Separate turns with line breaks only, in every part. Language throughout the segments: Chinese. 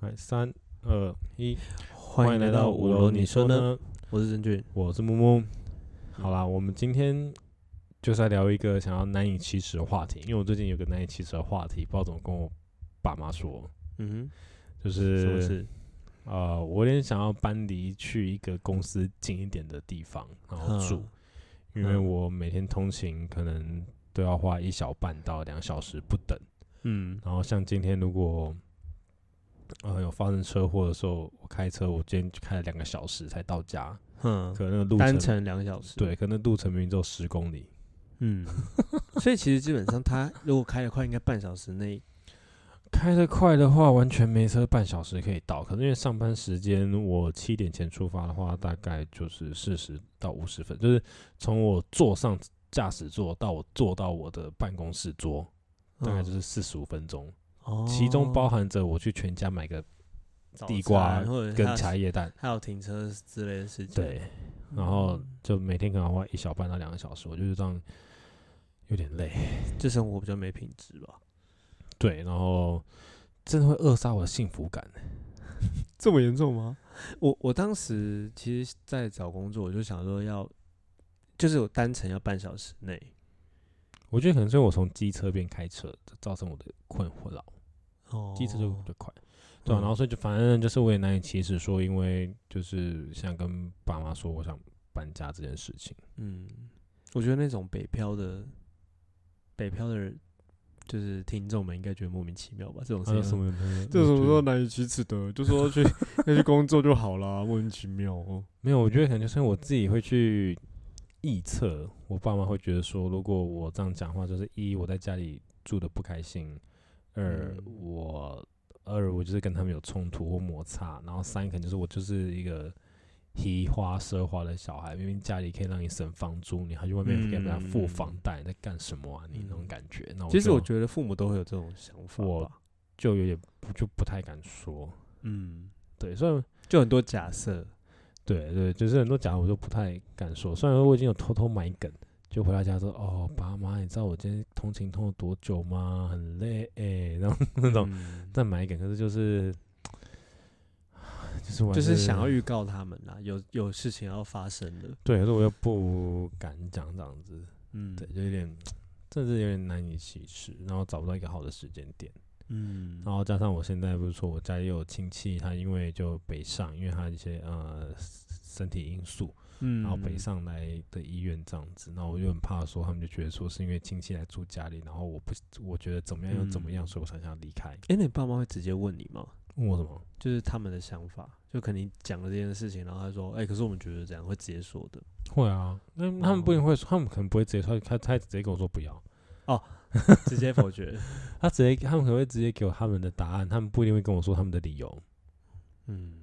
来，哎三二一，
欢迎来到五楼，你说呢？？我是郑俊，
我是木木。好啦，我们今天就是来聊一个想要难以启齿的话题，因为我最近有个难以启齿的话题，不知道怎么跟我爸妈说，
嗯
就
哼，什么
是
事？
呃，我有点想要搬离去一个公司近一点的地方，然后住，因为
嗯
我每天通勤可能都要花一小半到两小时不等。
嗯，
然后像今天如果呃有发生车祸的时候，我开车，我今天就开了两个小时才到家，
哼，
可能那个路
嗯单
程
程两个小时，，
对，可能路程明明只有十公里，
嗯， 所以其实基本上他如果开得快，应该半小时内，
开得快的话，完全没车半小时可以到。可是因为上班时间，我七点前出发的话，大概就是四十到五十分，就是从我坐上驾驶座到我坐到我的办公室桌，大概就是是四十五分钟，
嗯哦，
其中包含着我去全家买个
早
地瓜
餐或者
跟
还有
茶叶蛋，
还有停车之类的事情，
对，
嗯，
然后就每天可能花一小半到两个小时，我就是这样有点累，
这生活比较没品质吧？
对，然后真的会扼杀我的幸福感。
这么严重吗？我我当时其实，在找工作，我就想说要，就是我单程要半小时内，
我觉得可能是因为我从机车变开车，造成我的困惑扰，
哦
机车就就快，
嗯
对啊、然后所以就反正就是我也难以启齿说，因为就是想跟爸妈说我想搬家这件事情。
嗯，我觉得那种北漂的北漂的人，就是听众们应该觉得莫名其妙吧？这种
啊
事
什
情，
么？
这什么时候
呢？
难以启齿的？就说去要去工作就好啦，莫名其妙哦。
没有，我
嗯
觉得可能就是因为我自己会去臆测，我爸妈会觉得说，如果我这样讲话，就是一我在家里住的不开心，二、
嗯
我二我就是跟他们有冲突或摩擦，然后三可能就是我就是一个提花奢华的小孩，明明家里可以让你省房租，你还去外面给人家付房
嗯
贷，你在干什么啊？你那种
嗯
感觉，那我
其实
就
我觉得父母都会有这种想法
哦我
吧，
就有点不就不太敢说，
嗯，
对，虽然
就很多假设，
对对，就是很多假的我都不太敢说，虽然说我已经有偷偷买梗，就回到家说哦，爸妈，你知道我今天通勤通了多久吗？很累哎、然 后那种
嗯
再买梗，可是就是就是我还
就是
是
想要预告他们啦，有有事情要发生了，
对，可是我又不敢讲这样子，
嗯，
对，，就有点真的是有点难以启齿，然后找不到一个好的时间点。
嗯，
然后加上我现在不是说我家也有亲戚，他因为就北上，因为他一些呃身体因素，
嗯
然后北，上来的医院这样子，那我就很怕说他们就觉得说是因为亲戚来住家里，然后我不我觉得怎么样又怎么样，
嗯
所以我才想离开。
哎，那你爸妈会直接问你吗？
问我什么？
就是他们的想法，就可能你讲了这件事情，然后他说，哎、可是我们觉得这样会直接说的，
会啊，那他们不一定会说，他们可能不会直接说，他他直接跟我说不要，
直接否决，
他直接他们可能会直接给我他们的答案，他们不一定会跟我说他们的理由。
嗯，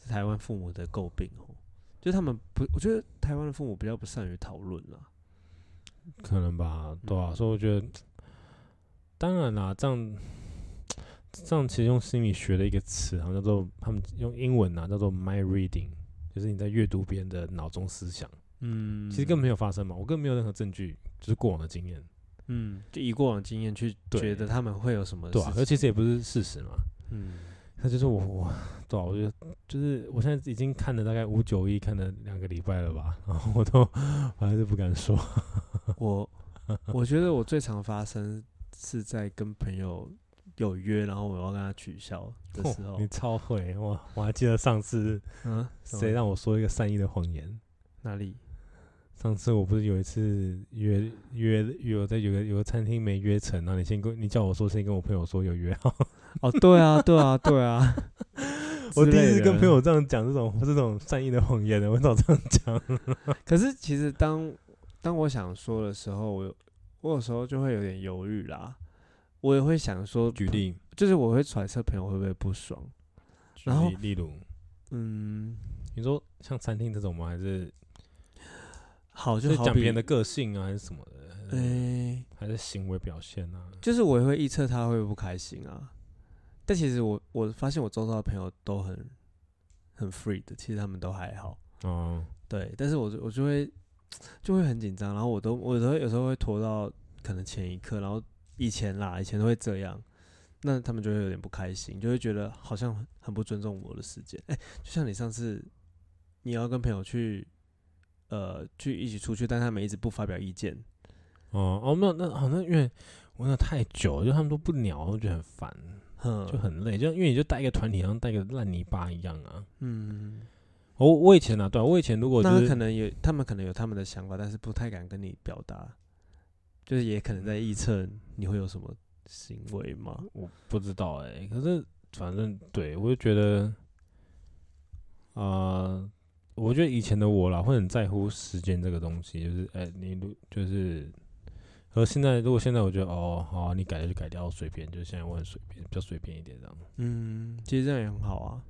是台湾父母的诟病哦，就他们不，我觉得台湾的父母比较不善于讨论啦。
可能吧，对啊，
嗯
所以我觉得，当然啦，这样这样其实用心理学的一个词，好像叫做他们用英文啊叫做 mind reading，就是你在阅读别人的脑中思想，
嗯
其实根本没有发生嘛，我根本没有任何证据，就是过往的经验，
嗯，就以过往经验去
对
觉得他们会有什么事
对啊，可
情，
其实也不是事实嘛，
嗯
那就是我我对啊，我觉得就是我现在已经看了大概五九一看了两个礼拜了吧，然后我都我还是不敢说，
我我觉得我最常发生是在跟朋友有约，然后我要跟他取消的时候，
哦你超会哇！我还记得上次
嗯，什么
谁让我说一个善意的谎言。
哪里？
上次我不是有一次约约约我在有个有个餐厅没约成，然后你先跟你叫我说先跟我朋友说有约 好。，
哦，对啊，对啊，对啊
我第
之
一
类
次跟
的
朋友这样讲这种这种善意的谎言的，我早这样讲。
可是其实当当我想说的时候，我有我有时候就会有点犹豫啦。我也会想说，
举，例，
就是我会揣测朋友会不会不爽。
举
然后
例例如，
嗯，
你说像餐厅这种吗？还是
好，
就
就是好
讲别
比
人的，个性啊，还是什么的？
哎、
还是行为表现啊？
就是我也会预测他会不开心啊。但其实我我发现我周遭的朋友都很很 free 的，其实他们都还好。
哦，
对，但是我就我就会就会很紧张，然后我都我都会有时候会拖到可能前一刻，然后以前啦，以前都会这样，那他们就会有点不开心，就会觉得好像很很不尊重我的时间。哎、就像你上次，你要跟朋友去，呃，去一起出去，但他们一直不发表意见，
哦哦，没有，那好，那因为我那太久了，就他们都不鸟，我觉得很烦，
哼，
就很累，就因为你就带一个团体，像带个烂泥巴一样啊。
嗯，
我我以前啊，对啊我以前如果就
那
是
可能有他们可能有他们的想法，但是不太敢跟你表达，就是也可
嗯
能在臆测你会有什么行为吗？
我不知道哎、可是反正对我就觉得，啊、我觉得以前的我啦，会很在乎时间这个东西，就是哎、你如就是，和现在如果现在我觉得哦，好啊、你改掉就改掉，随便，就是现在我很随便，比较随便一点这样。
嗯，其实这样也很好啊，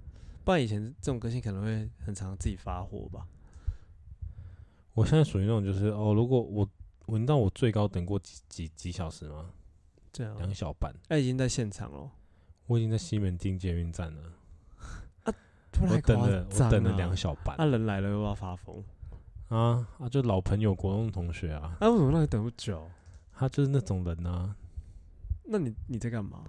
不然以前这种个性可能会很常自己发火吧。
我现在属于那种就是哦，如果我我你知道我最高等过几几几小时吗？
这样啊，
两小半，
哎、已经在现场了，
我已经在西门町捷运站了，
突然
我等了
啊
我等了两
小。
小半
他、人来了又要发疯，
啊啊，就老朋友国中同学啊，
啊，为什么让你等那么久？
他就是那种人啊。
那你你在干嘛？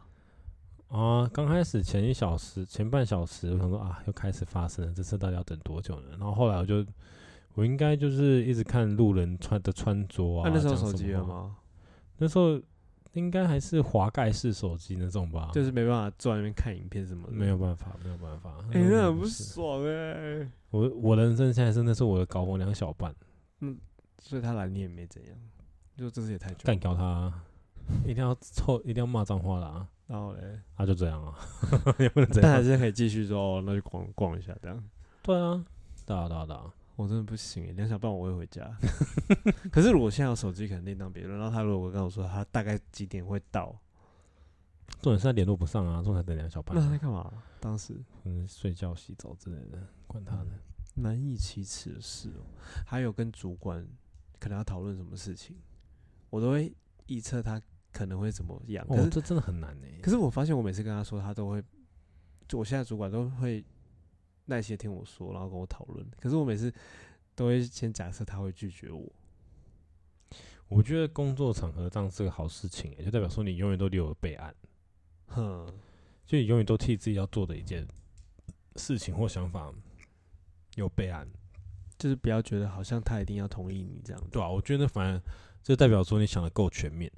啊，刚开始前一小时、前半小时，我想说啊，又开始发生了，这次到底要等多久呢？然后后来我就，我应该就是一直看路人穿的穿着
那、
啊。
那时候
讲
手
什
机
么
了
话？
吗？
那时候应该还是滑盖式手机那种吧。
就是没办法坐在那边看影片什么的。
没有办法，没有办法。
哎、
嗯
那很不
是
爽哎、
我我人生现在真的是我的高峰两小半，
所以他来你也没怎样，就这次也太久
干
了。
掉他啊，一定要臭，一定要骂脏话啦啊！
然后嘞，
啊，就这样啊， 也不能这
但还
样。
是可以继续说，哦那就逛逛一下这样。
对啊，对啊，对啊，对啊。
我真的不行哎、两小半我会回家。 可是如果现在有手机，可能另当别论。然后他如果跟我说他大概几点会到，
重点是他联络不上啊，重点等两小半
那
啊、
他在干嘛？当时
嗯，睡觉、洗澡之类的，管他的。
难以启齿的事哦。还有跟主管可能要讨论什么事情，我都会预测他可能会怎么样。可
哦，
是
这真的很难呢。
可是我发现我每次跟他说，他都会，就我现在主管都会耐心地听我说，然后跟我讨论。可是我每次都会先假设他会拒绝我。
我觉得工作场合这样是个好事情欸，就代表说你永远都留有备案，
哼，
就你永远都替自己要做的一件事情或想法有备案，
就是不要觉得好像他一定要同意你这样子。
对啊，我觉得反而这代表说你想的够全面。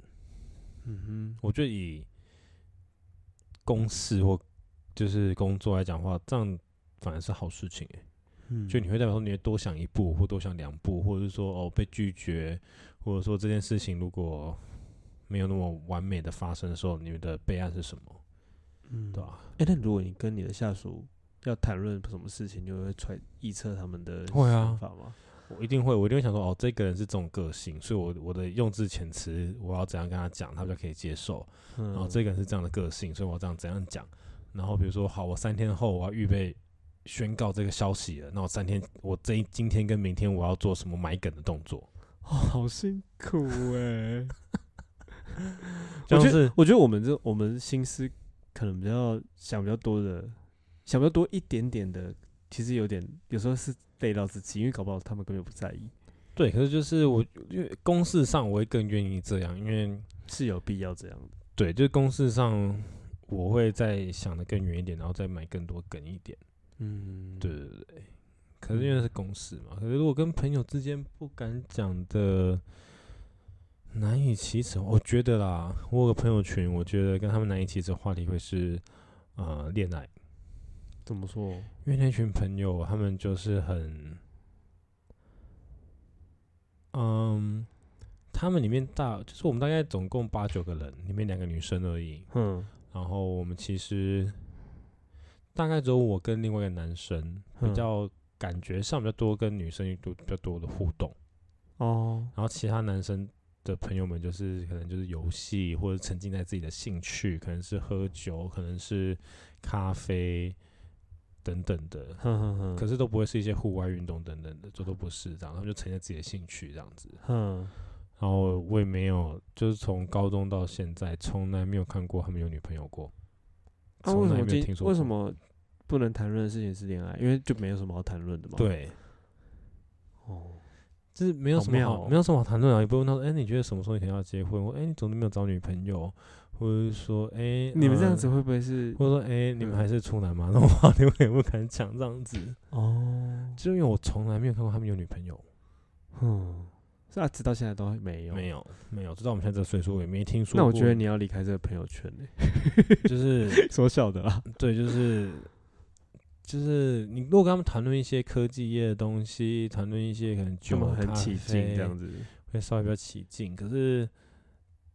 嗯
我觉得以公事或就是工作来讲的话，这样反而是好事情欸
哼，嗯
就你会代表说你会多想一步或多想两步，或者是说哦被拒绝，或者说这件事情如果没有那么完美的发生的时候，你们的备案是什么，
嗯
对吧、
哎、那如果你跟你的下属要谈论什么事情，你会揣预测他们的
会啊
想法吗？
我一定会，我一定会想说哦，这个人是这种个性，所以我我的用字遣词我要怎样跟他讲，他比较可以接受。
嗯
然后这个人是这样的个性，所以我要这样怎样讲。然后比如说，好，我三天后我要预备宣告这个消息了，那我三天，我这一今天跟明天我要做什么买梗的动作？
哦 好辛苦哎、
这
我
样
觉
是
得，我觉得我们这我们心思可能比较想比较多的，想比较多一点点的，其实有点有时候是累到自己，因为搞不好他们根本不在意，
对，可是就是我因为公事上我会更愿意这样，因为
是有必要这样的。
对，就是公事上我会再想的更远一点，然后再买更多梗一点。
嗯，
对，对对，可是因为是公事嘛，可是如果跟朋友之间不敢讲的难以启齿，我觉得啦，我有个朋友群，我觉得跟他们难以启齿的话题会是呃恋爱，
怎么说？
因为那群朋友他们就是很，嗯，他们里面大就是我们大概总共八九个人，里面两个女生而已，
哼
然后我们其实大概只有我跟另外一个男生比
嗯
较感觉上比较多跟女生都比较多的互动，
哦，
然后其他男生的朋友们就是可能就是游戏或者沉浸在自己的兴趣，可能是喝酒，可能是咖啡等等的，
哼哼哼，
可
是
是都不会是一些户外运动等等的，这都不是这样，他们就沉浸在自己的兴趣这样子。
哼，
然后我也没有，就是从高中到现在，从来没有看过他们有女朋友过。
那、
从
啊为什
来
么
没有
今
听说
为什
过
么不能谈论的事情是恋爱？因为就没有什么好谈论的嘛。，
对，
哦，
就是没有
好
什么
妙
好，
哦
啊没有什么好谈论啊，也不会问他说，哎、你觉得什么时候你可能要结婚？或哎、你怎么没有找女朋友？或者是说，哎、
你们这样
呃
子会不会是
或者说，哎、你们
嗯
还是处男吗？那种话你们也不敢讲这样子，
哦？
就因为我从来没有看过他们有女朋友，
嗯，是啊，直到现在都没有。
没有，没有，直到我们现在这个岁数，我也没听说过。
那我觉 得你要离开这个朋友圈 呢、
就是
说笑的啦。
对，就是就是你如果跟他们谈论一些科技业的东西，谈论一些可能
就
酒、
很
咖
起劲这
啡
样子。
会稍微比较起劲，可是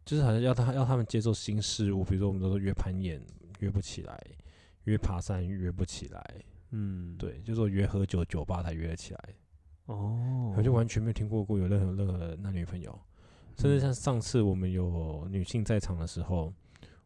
就是好像要他要他们接受新事物，比如说我们都说约攀岩约不起来，约爬山约不起来，
嗯，，
对，就是我约喝酒酒吧才约得起来，
哦，
我就完全没有听过过有任何任何男女朋友，甚
嗯
至像上次我们有女性在场的时候，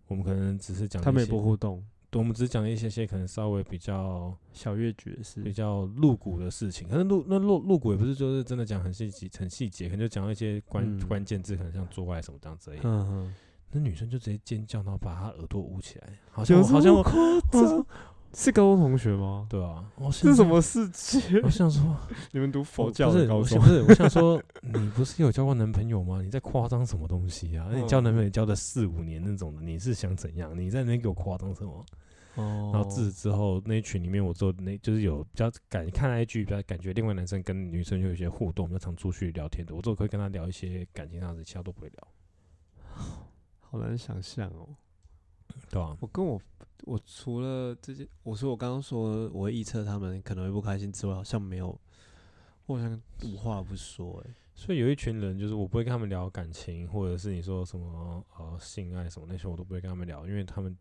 我们可能只是讲
他们
一
也
些
不互动。
对我们只讲一些些可能稍微比较
小月爵士
比较露骨的事情，可能露那露露骨也不是就是真的讲很细节很细节，可能就讲到一些关、
嗯
关键字，可能像做爱什么这样之类的。
嗯
那女生就直接尖叫，然后把她耳朵捂起来，好
嗯，
像我好像我
夸张，是高中同学吗？
对啊，我
这
是
是什？么世界？
我想说，
你们读佛
我
教
哦不
的
是
高
我
中
想，不是，我想说，你不是有交过男朋友吗？你在夸张什么东西啊？那
嗯
你交男朋友也交了四五年那种的，你是想怎样？你在那边给我夸张什么？
哦
然后自此之后，那一群里面我做那就是有比较感看 IG 比较感觉，另外男生跟女生有一些互动，比较常出去聊天的，我都会跟他聊一些感情上的，其他都不会聊，
好难想象哦。
对吧、
我跟我我除了这些，我说我刚刚说我会预测他们可能会不开心之外，好像没有，我好像无话不说哎、
所以有一群人，就是我不会跟他们聊感情，或者是你说什么呃性爱什么那些，我都不会跟他们聊，因为他们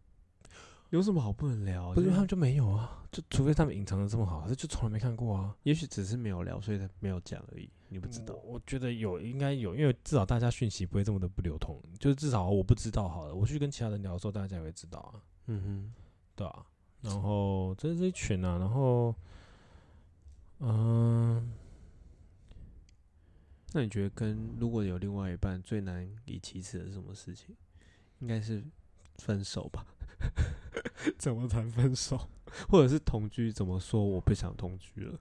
有什么好不能聊？
不是因
就
为他们就没有啊，就除非他们隐藏的这么好，可是就从来没看过啊。
也许只是没有聊，所以才没有讲而已。你不知道，
我，我觉得有应该有，因为至少大家讯息不会这么的不流通，就是至少我不知道好了，我去跟其他人聊的时候，大家也会知道啊。
嗯
对啊，然后这是一群啊，然后，嗯、
哼。那你觉得跟如果有另外一半最难以启齿的是什么事情？应该是分手吧，
怎么谈分手？
或者是同居？怎么说我不想同居了？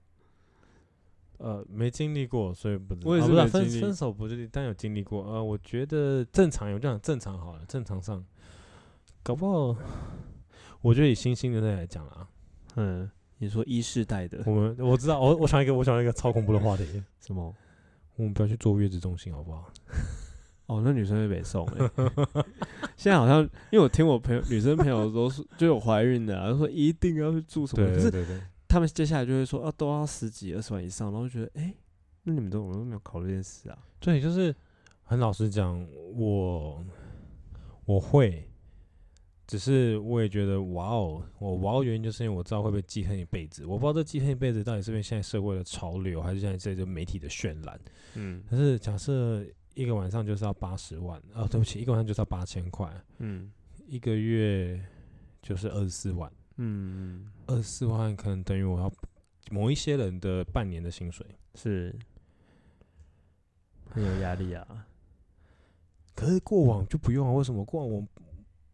呃，没经历过，所以不知道。
我也
啊
是
不
没
分
经历
分手不是，但有经历过。呃，我觉得正常，有这样正常好了，正常上，搞不好，我觉得以新兴的代来 讲啊，
嗯，你说一世代的
我们我知道，我我想一个，我想一个超恐怖的话题，
什么？
我们不要去坐月子中心好不好？
哦，那女生会被送哎、 现在好像，因为我听我朋友女生朋友都是就有怀孕的、啊，都说一定要去住什么，
对
可
对
是
对对，
他们接下来就会说啊，都要十几二十万以上，然后就觉得哎、那你们都怎么没有考虑这件事啊？
对，就是很老实讲，我我会，只是我也觉得哇哦，我哇哦原因就是因为我知道会被记恨一辈子。我不知道这记恨一辈子到底是因为现在社会的潮流，还是现在这就媒体的渲染。
嗯
可是假设一个晚上就是要八十万，哦，对不起，一个晚上就是要八千块，
嗯
一个月就是二十四万，
嗯，
二十四万可能等于我要某一些人的半年的薪水。
是很有压力啊，
可是过往就不用啊，为什么过往我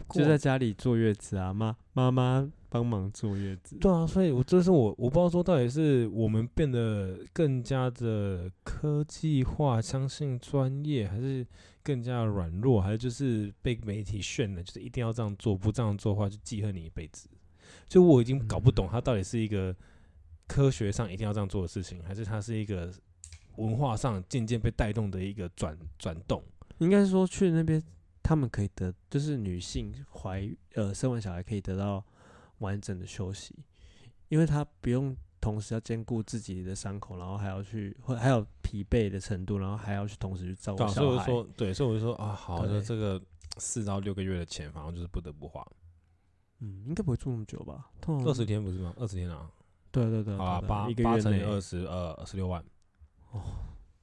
过
就
往
在家里坐月子啊，妈妈妈帮忙坐月子，
对啊，所以我这是我我不知道说到底是我们变得更加的科技化，相信专业，还是更加的软弱，还是就是被媒体渲染，就是一定要这样做，不这样做的话就记恨你一辈子。就我已经搞不懂，
嗯
它到底是一个科学上一定要这样做的事情，还是它是一个文化上渐渐被带动的一个转转动。
应该说去那边，他们可以得，就是女性怀呃生完小孩可以得到完整的休息，因为她不用同时要兼顾自己的伤口，然后还要去或还有疲惫的程度，然后还要去同时去照
对
顾
啊、所以
小
我就
孩。
说，对，所以我就说啊，好，就
对
这个四到六个月的钱，反正就是不得不花，
嗯，应该不会住那么久吧？通常
二十天不是吗？二十天啊。
对对对，
啊，
嗯对对
八
一个
八
月
乘以
内
二十，呃，十六万，
哦，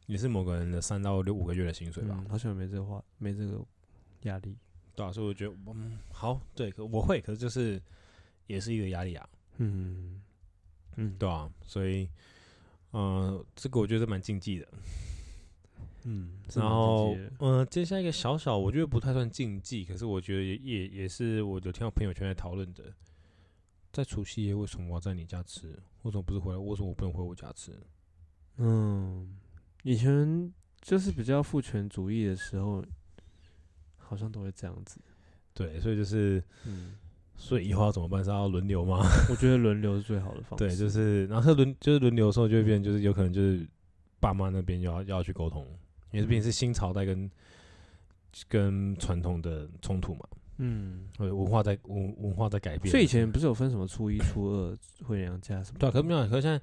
也是某个人的三到六五个月的薪水吧
嗯？好像没这话，没这个压力。
对啊，所以我觉得，嗯，好，对，可我会，可是就是也是一个压力啊，
嗯嗯，
对啊，所以，嗯，这个我觉得蛮禁忌的。
嗯，是
然
蛮
后
直接的，
嗯，接下来一个小小，我觉得不太算禁忌，可是我觉得也也也是我有听到朋友圈在讨论的，在除夕夜为什么我要在你家吃？为什么不是回来？为什么我不能回我家吃？
嗯，以前就是比较父权主义的时候，好像都会这样子。
对，所以就是，
嗯，
所以以后要怎么办？是要轮流吗？
我觉得轮流是最好的方式。嗯
对，就是，然后轮就是轮流的时候，就会变，就是有可能就是爸妈那边要要去沟通，因为毕竟
嗯
是新朝代跟跟传统的冲突嘛，
嗯，
呃，文化在文文化在改变。
所以以前不是有分什么初一、初二回娘家什么
对
的？
啊、可没有啊，可是现在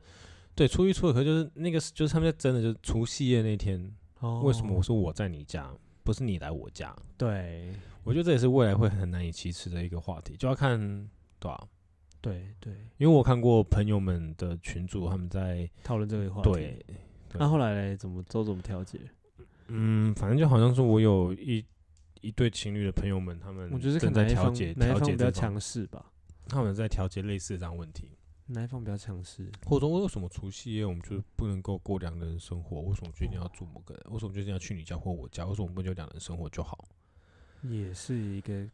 对初一初二，可是就是那个就是他们在争的，就是除夕夜那天，
哦，
为什么我说我在你家，不是你来我家？
对
我觉得这也是未来会很难以启齿的一个话题，就要看对啊，
对对，
因为我看过朋友们的群主他们在
讨论这个话题。
对，
那、后来嘞，怎么都怎么调解？
嗯，反正就好像是我有一一对情侣的朋友们，他们
我觉得是
嗯正
看
在
哪一
调
方
解
哪一
调
方
解
比较
这方，
强势吧，
他们在调节类似这样的问题，
哪一方比较强势？
或者说为什么除夕夜我们就不能够过两个人生活？为什么决定要住某个人？为什么决定要去你家或我家？为什么不就两人生活就好？
也是一个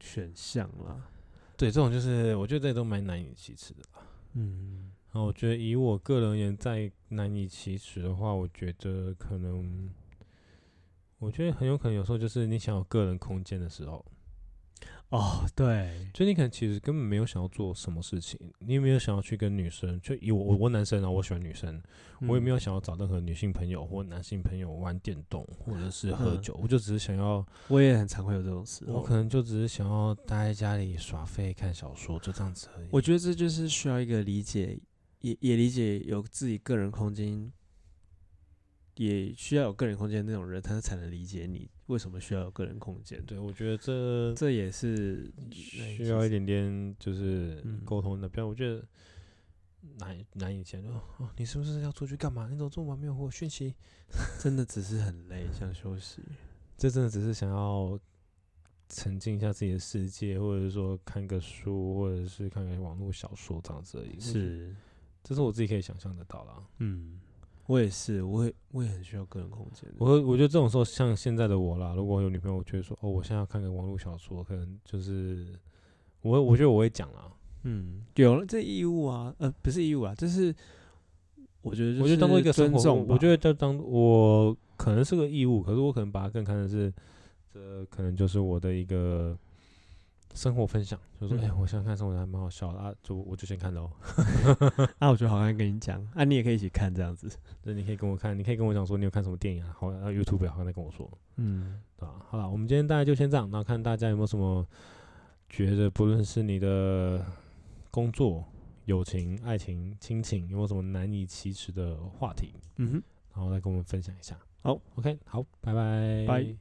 选项啦。
对，这种就是我觉得这都蛮难以启齿的。
嗯，
然后我觉得以我个人而言，再难以启齿的话，我觉得可能，我觉得很有可能有时候就是你想有个人空间的时候，
哦，对，
就你可能其实根本没有想要做什么事情，你也没有想要去跟女生，就以我我我男生啊，我喜欢女生，
嗯
我也没有想要找任何女性朋友或男性朋友玩电动或者是喝
嗯
酒，我就只是想要，
我也很常会有这种时候。
我可能就只是想要待在家里耍废看小说，就这样子而已。
我觉得这就是需要一个理解，也也理解有自己个人空间，也需要有个人空间那种人，他才能理解你为什么需要有个人空间。，
对，我觉得这
这嗯也是
需要一点点就是
嗯
沟通的，不然我觉得难难以前哦哦，你是不是要出去干嘛？你怎么这么晚没有回我讯息？
真的只是很累，想休息。
这真的只是想要沉浸一下自己的世界，或者说看个书，或者是看个网络小说这样子而已。，
是，
这是我自己可以想象得到啦。
嗯，我也是，我也我也很需要个人空间的。
我会我觉得这种时候，像现在的我啦，如果有女朋友，我就会说哦，我现在要看个网络小说，可能就是我会我觉得我会讲啦，
嗯，有了这义务啊，呃，不是义务啊，就是我觉得
我
就
就当做
是
一个
尊
生活
重吧，
我觉得就当我可能是个义务，可是我可能把它更看的是，这可能就是我的一个生活分享，就是说，哎、
嗯
我想看生活还蛮好笑的啊，就我就先看喽。
啊，我觉得好像跟你讲啊，你也可以一起看这样子。
那你可以跟我看，你可以跟我讲说你有看什么电影啊，好，然后 YouTube 好，再跟我说，
嗯，
对吧、好了，我们今天大概就先这样，那看大家有没有什么觉得，不论是你的工作、友情、爱情、亲情，有没有什么难以启齿的话题，
嗯哼。
然后再跟我们分享一下。
好
，OK，好，拜拜，
拜。